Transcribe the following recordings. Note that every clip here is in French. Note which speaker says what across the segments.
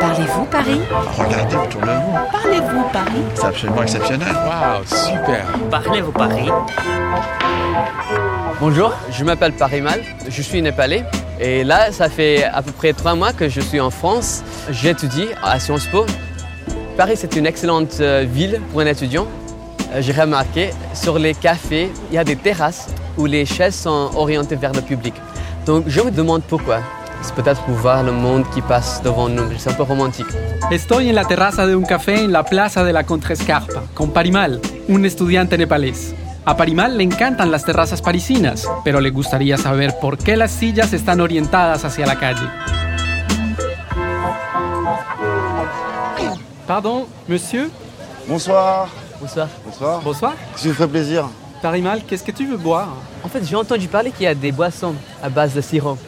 Speaker 1: Parlez-vous Paris
Speaker 2: Regardez autour de vous.
Speaker 1: Parlez-vous Paris
Speaker 2: C'est absolument exceptionnel.
Speaker 3: Waouh, super.
Speaker 1: Parlez-vous Paris
Speaker 4: Bonjour, je m'appelle Parimal, je suis népalais et là ça fait à peu près trois mois que je suis en France. J'étudie à Sciences Po. Paris c'est une excellente euh, ville pour un étudiant. Euh, J'ai remarqué sur les cafés, il y a des terrasses où les chaises sont orientées vers le public. Donc je me demande pourquoi. C'est peut-être pour voir le monde qui passe devant nous, c'est un peu romantique.
Speaker 5: Estoy en la terraza de un café en la plaza de la Contrescarpa con Parimal, un estudiante nepalés. A Parimal le encantan las terrazas parisinas, pero le gustaría saber por qué las sillas están orientadas hacia la calle. Pardon, monsieur,
Speaker 6: Bonsoir.
Speaker 4: Bonsoir.
Speaker 6: Bonsoir.
Speaker 5: bonsoir.
Speaker 6: Qu'est-ce qui vous ferait plaisir
Speaker 5: Parimal, qu'est-ce que tu veux boire
Speaker 4: En fait, j'ai entendu parler qu'il y a des boissons à base de sirop.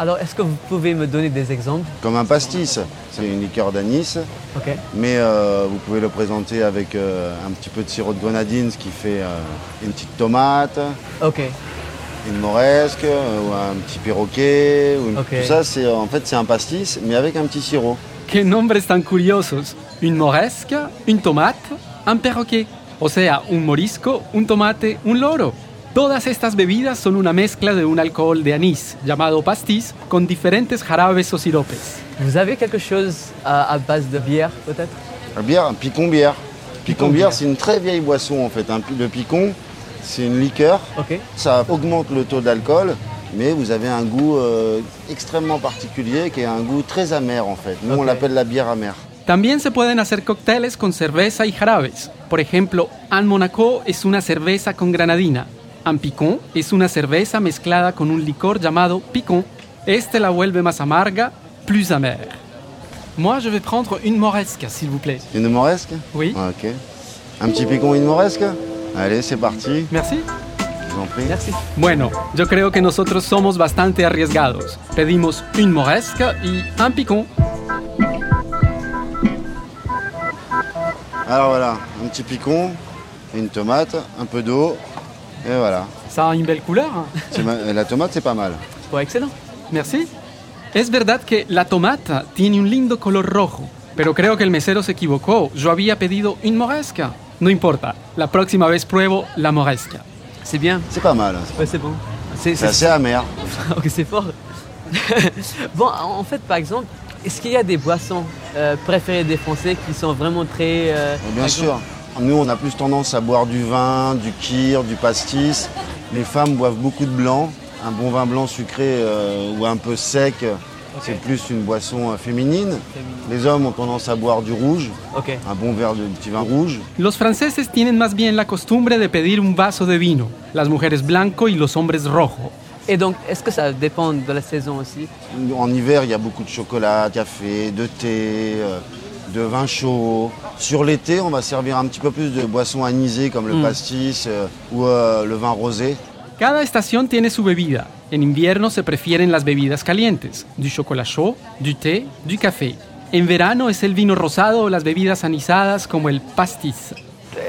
Speaker 4: Alors, est-ce que vous pouvez me donner des exemples
Speaker 6: Comme un pastis. C'est une liqueur d'anis,
Speaker 4: Ok.
Speaker 6: mais euh, vous pouvez le présenter avec euh, un petit peu de sirop de grenadine, ce qui fait euh, une petite tomate,
Speaker 4: Ok.
Speaker 6: une moresque, euh, ou un petit perroquet. ou une-
Speaker 4: Ok.
Speaker 6: Tout ça, c'est euh, en fait, c'est un pastis, mais avec un petit sirop.
Speaker 5: Qué nombres tan curiosos. Un moresca, un tomate, un perroquet. O sea, un morisco, un tomate, un loro. Todas estas bebidas son una mezcla de un alcohol de anís, llamado pastis, con diferentes jarabes o siropes.
Speaker 4: Vous avez quelque chose à, à base de bière, peut-être
Speaker 6: La bière, un picon bière. Picon bière, c'est une très vieille boisson en fait. Un pi- Le picon, c'est une liqueur.
Speaker 4: Ok.
Speaker 6: Ça augmente le taux d'alcool, mais vous avez un goût euh, extrêmement particulier qui est un goût très amer en fait. Nous, on
Speaker 4: Ok.
Speaker 6: l'appelle la bière amère.
Speaker 5: También se pueden hacer cócteles con cerveza y jarabes. Por ejemplo, An Monaco es una cerveza con granadina. An Picon es una cerveza mezclada con un licor llamado Picon. Este la vuelve más amarga, plus amère. Moi, je vais prendre une moresca, s'il vous plaît.
Speaker 6: Une moresque
Speaker 5: Oui.
Speaker 6: Ah, Ok. Un petit picon, une moresque Allez, c'est parti.
Speaker 5: Merci.
Speaker 6: Je vous en prie.
Speaker 4: Merci.
Speaker 5: Bueno, yo creo que nosotros somos bastante arriesgados. Pedimos un moresca y un picon.
Speaker 6: Alors voilà, un petit picon, une tomate, un peu d'eau, et voilà.
Speaker 5: Ça a une belle couleur. hein.
Speaker 6: C'est ma- La tomate, c'est pas mal.
Speaker 4: Ouais, excellent.
Speaker 5: Merci. Es verdad que la tomata tiene un lindo color rojo, pero creo que el mesero se equivocó. Yo había pedido un moresca. No importa, la próxima vez pruebo la moresca.
Speaker 4: C'est bien.
Speaker 6: C'est pas mal.
Speaker 4: Ouais, c'est bon.
Speaker 6: C'est
Speaker 4: C'est c'est-
Speaker 6: assez amer.
Speaker 4: ok, c'est fort. bon, en fait, par exemple, est-ce qu'il y a des boissons euh, préférées des Français qui sont vraiment très. euh,
Speaker 6: Mais
Speaker 4: par
Speaker 6: Bien
Speaker 4: exemple-
Speaker 6: sûr. Nous, on a plus tendance à boire du vin, du kir, du pastis. Les femmes boivent beaucoup de blanc. Un bon vin blanc sucré euh, ou un peu sec, c'est plus une boisson euh, féminine.
Speaker 4: Féminine.
Speaker 6: Les hommes ont tendance à boire du rouge,
Speaker 4: Ok.
Speaker 6: un bon verre de petit vin rouge.
Speaker 5: Los franceses tienen más bien la costumbre de pedir un vaso de vino, las mujeres blanco y los hombres rojo.
Speaker 4: Et donc, est-ce que ça dépend de la saison aussi
Speaker 6: En hiver, il y a beaucoup de chocolat, de café, de thé, euh, de vin chaud. Sur l'été, on va servir un petit peu plus de boissons anisées comme le pastis euh, ou euh, le vin rosé.
Speaker 5: Cada estación tiene su bebida. En invierno se prefieren las bebidas calientes, du chocolat chaud, du té, du café. En verano es el vino rosado o las bebidas anisadas como el pastis.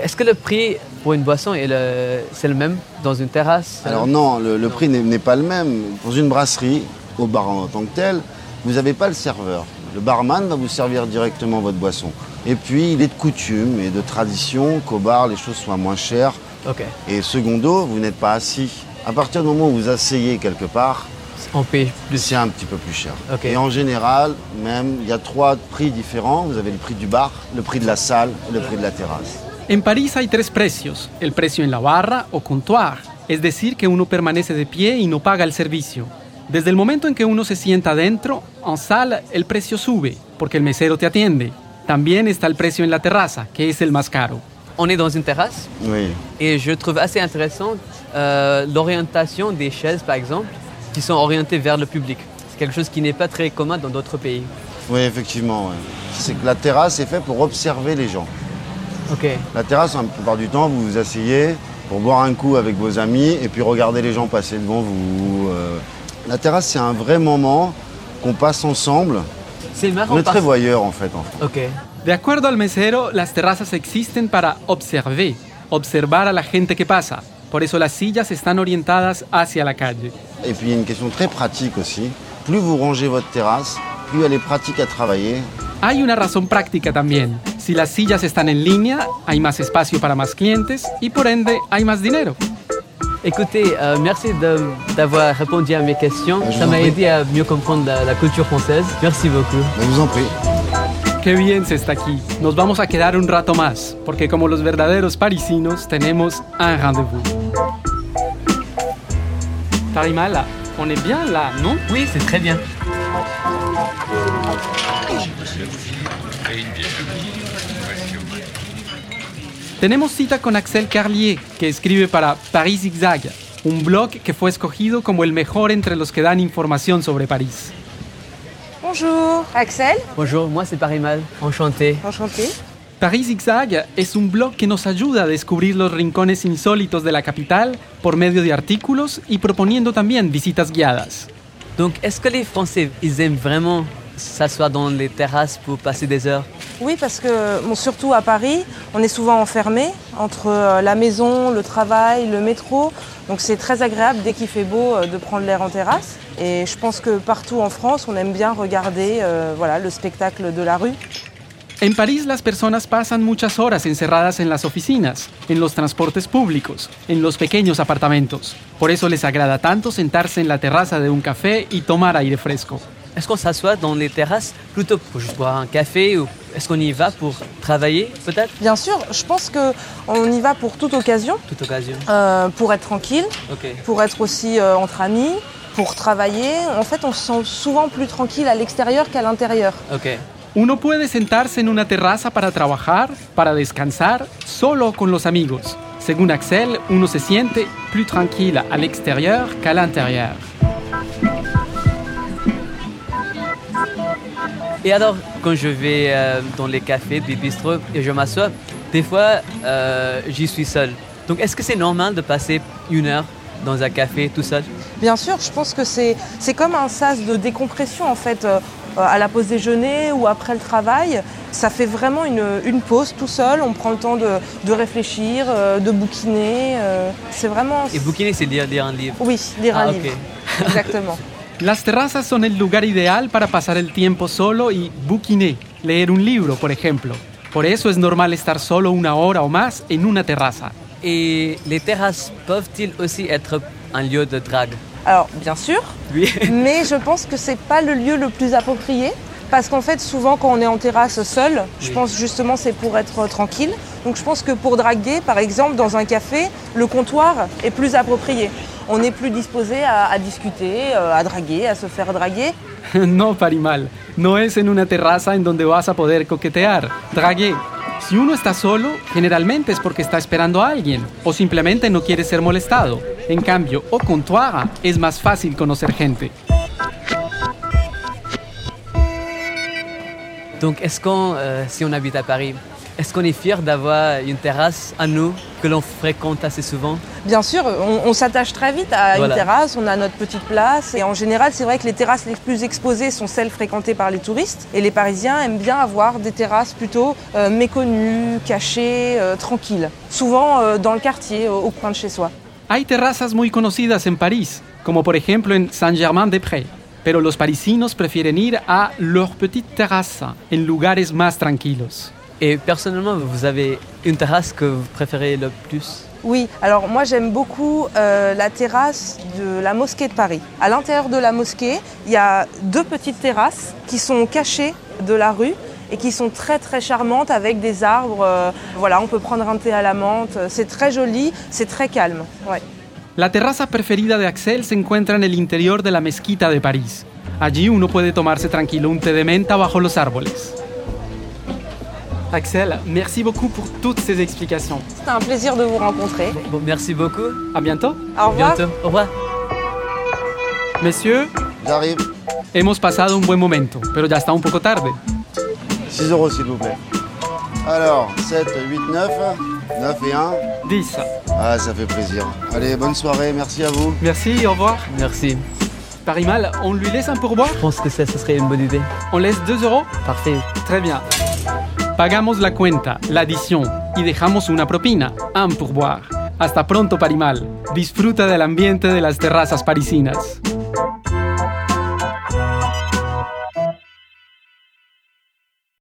Speaker 4: Est-ce que le prix pour une boisson est le, c'est le même dans une terrasse
Speaker 6: Alors non, le, le prix n'est- n'est pas le même. Dans une brasserie, au bar en tant que tel, vous n'avez pas le serveur. Le barman va vous servir directement votre boisson. Et puis, il est de coutume et de tradition qu'au bar, les choses soient moins chères.
Speaker 4: Ok.
Speaker 6: Et secondo, vous n'êtes pas assis. À partir du moment où vous asseyez quelque part,
Speaker 4: On paye
Speaker 6: c'est un petit peu plus cher.
Speaker 4: Ok.
Speaker 6: Et en général, même, il y a trois prix différents. Vous avez le prix du bar, le prix de la salle et le prix de la terrasse.
Speaker 5: En París hay tres precios, el precio en la barra o comptoir, es decir, que uno permanece de pie y no paga el servicio. Desde el momento en que uno se sienta dentro, en sala, el precio sube, porque el mesero te atiende. También está el precio en la terraza, que es el más caro.
Speaker 4: On est dans une terrasse
Speaker 6: Oui.
Speaker 4: et je trouve assez intéressant euh, l'orientation des chaises, par exemple, qui sont orientées vers le public. C'est quelque chose qui n'est pas très commun dans d'autres pays.
Speaker 6: Oui, effectivement. ouais. C'est que la terrasse est faite pour observer les gens.
Speaker 4: Ok.
Speaker 6: La terrasse, hein, la plupart du temps, vous vous asseyez pour boire un coup avec vos amis et puis regarder les gens passer devant vous. euh. La terrasse, c'est un vrai moment qu'on passe ensemble.
Speaker 4: C'est marrant.
Speaker 6: On est très
Speaker 4: parce-
Speaker 6: voyeurs en fait. en France.
Speaker 4: Ok.
Speaker 5: De acuerdo al mesero, las terrazas existen para observer, observar a la gente que pasa. Por eso las sillas están orientadas hacia la calle.
Speaker 6: Et puis il y a une question très pratique aussi. Plus vous rangez votre terrasse, plus elle est pratique à travailler
Speaker 5: Hay una razón práctica también. Si las sillas están en línea, hay más espacio para más clientes y por ende hay más dinero.
Speaker 4: Écoutez, euh, merci de- d'avoir répondu à mes questions.
Speaker 6: Je vous
Speaker 4: Ça
Speaker 6: en
Speaker 4: m'a
Speaker 6: prie.
Speaker 4: aidé à mieux comprendre la, la culture française. Merci beaucoup.
Speaker 6: Je vous en prie.
Speaker 5: Qué bien se está aquí. Nos vamos a quedar un rato más, porque como los verdaderos parisinos tenemos un rendez-vous. Tarima, là, on est bien là, non
Speaker 4: Oui, c'est très bien.
Speaker 5: Tenemos cita con Axel Carlier, que escribe para Paris Zigzag, un blog que fue escogido como el mejor entre los que dan información sobre París.
Speaker 3: Bonjour, Axel.
Speaker 4: Bonjour, moi c'est Paris Mal. Enchanté.
Speaker 3: Enchanté.
Speaker 5: Paris Zigzag es un blog que nos ayuda a descubrir los rincones insólitos de la capital por medio de artículos y proponiendo también visitas guiadas.
Speaker 4: Donc, est-ce que les Français, ils aiment vraiment s'asseoir dans les terrasses pour passer des heures
Speaker 3: Oui, parce que bon, surtout à Paris, on est souvent enfermé entre euh, la maison, le travail, le métro. Donc c'est très agréable dès qu'il fait beau euh, de prendre l'air en terrasse. Et je pense que partout en France, on aime bien regarder euh, voilà, le spectacle de la rue.
Speaker 5: En París las personas pasan muchas horas encerradas en las oficinas, en los transportes públicos, en los pequeños apartamentos. Por eso les agrada tanto sentarse en la terraza de un café y tomar aire fresco.
Speaker 4: Est-ce qu'on s'assoit dans les terrasses plutôt pour juste boire un café ou est-ce qu'on y va pour travailler peut-être
Speaker 3: Bien sûr, je pense qu'on y va pour toute occasion,
Speaker 4: Toute occasion.
Speaker 3: euh, pour être tranquille,
Speaker 4: Ok.
Speaker 3: pour être aussi euh, entre amis, pour travailler. En fait, on se sent souvent plus tranquille à l'extérieur qu'à l'intérieur.
Speaker 4: Ok.
Speaker 5: Uno puede sentarse en una terraza para trabajar, para descansar, solo o con los amigos. Según Axel, uno se siente plus tranquila al exterior qu'à l'intérieur.
Speaker 4: Et alors, quand je vais euh, dans les cafés, des bistrots et je m'assois, des fois, euh, j'y suis seul. Donc, est-ce que c'est normal de passer une heure dans un café tout seul
Speaker 3: Bien sûr, je pense que c'est c'est comme un sas de décompression en fait. euh, euh, à la pause déjeuner ou après le travail, ça fait vraiment une, une pause tout seul. On prend le temps de, de réfléchir, euh, de bouquiner. euh, c'est vraiment.
Speaker 4: Et bouquiner, c'est lire, lire un livre.
Speaker 3: Oui, lire un
Speaker 4: Ah,
Speaker 3: livre. Exactement.
Speaker 5: Las terrazas son el lugar ideal para pasar el tiempo solo y bouquiner, leer un libro, por ejemplo. Por eso es normal estar solo una hora o más en una terraza.
Speaker 4: Et les terrasses peuvent-ils aussi être un lieu de drague
Speaker 3: Alors, bien sûr,
Speaker 4: Oui.
Speaker 3: mais je pense que c'est pas le lieu le plus approprié. Parce qu'en fait, souvent, quand on est en terrasse seul, je
Speaker 4: Oui.
Speaker 3: pense justement c'est pour être euh, tranquille. Donc, je pense que pour draguer, par exemple, dans un café, le comptoir est plus approprié. On est plus disposé à, à discuter, euh, à draguer, à se faire draguer.
Speaker 5: no, Parimal, no es en una terraza en donde vas a poder coquetear. Dragué. Si uno está solo, generalmente es porque está esperando a alguien o simplemente no quiere ser molestado. En cambio, o con Tuara es más fácil conocer gente.
Speaker 4: Donc, est-ce qu'on, euh, si on habite à Paris, est-ce qu'on est fier d'avoir une terrasse à nous que l'on fréquente assez souvent
Speaker 3: Bien sûr, on, on s'attache très vite à
Speaker 4: Voilà.
Speaker 3: une terrasse, on a notre petite place. Et en général, c'est vrai que les terrasses les plus exposées sont celles fréquentées par les touristes. Et les Parisiens aiment bien avoir des terrasses plutôt euh, méconnues, cachées, euh, tranquilles. Souvent euh, dans le quartier, au, au coin de chez soi.
Speaker 5: Hay terrazas muy conocidas en París, como por ejemplo en Saint-Germain-des-Prés, pero los parisinos prefieren ir a Leur Petite Terraza, en lugares más tranquilos.
Speaker 4: Et personnellement, vous avez une terrasse que vous préférez le plus
Speaker 3: Oui, alors moi j'aime beaucoup euh, la terrasse de la mosquée de Paris. À l'intérieur de la mosquée, il y a deux petites terrasses qui sont cachées de la rue et qui sont très très charmantes avec des arbres. euh, voilà, on peut prendre un thé à la menthe. C'est très joli, c'est très calme. Ouais.
Speaker 5: La terraza preferida de Axel se encuentra en el interior de la mezquita de París. Allí uno puede tomarse tranquilo un té de menta bajo los árboles. Axel, merci beaucoup pour toutes ces explications.
Speaker 3: C'était un plaisir de vous rencontrer.
Speaker 4: Bon, merci beaucoup.
Speaker 5: À bientôt.
Speaker 3: Au revoir.
Speaker 4: Bientôt. Au revoir.
Speaker 5: Messieurs,
Speaker 6: J'arrive.
Speaker 5: hemos pasado un buen momento, pero ya está un poco tarde.
Speaker 6: 6 euros, s'il vous plaît. Alors, 7, 8, 9. 9 et 1.
Speaker 5: 10.
Speaker 6: Ah, ça fait plaisir. Allez, bonne soirée. Merci à vous.
Speaker 5: Merci, au revoir.
Speaker 4: Merci.
Speaker 5: Parimal, on lui laisse un pourboire
Speaker 4: Je pense que ça, ce serait une bonne idée.
Speaker 5: On laisse 2 euros
Speaker 4: Parfait.
Speaker 5: Très bien. Pagamos la cuenta, la adición y dejamos una propina, un pourboire. Hasta pronto, Parimal. Disfruta del ambiente de las terrazas parisinas.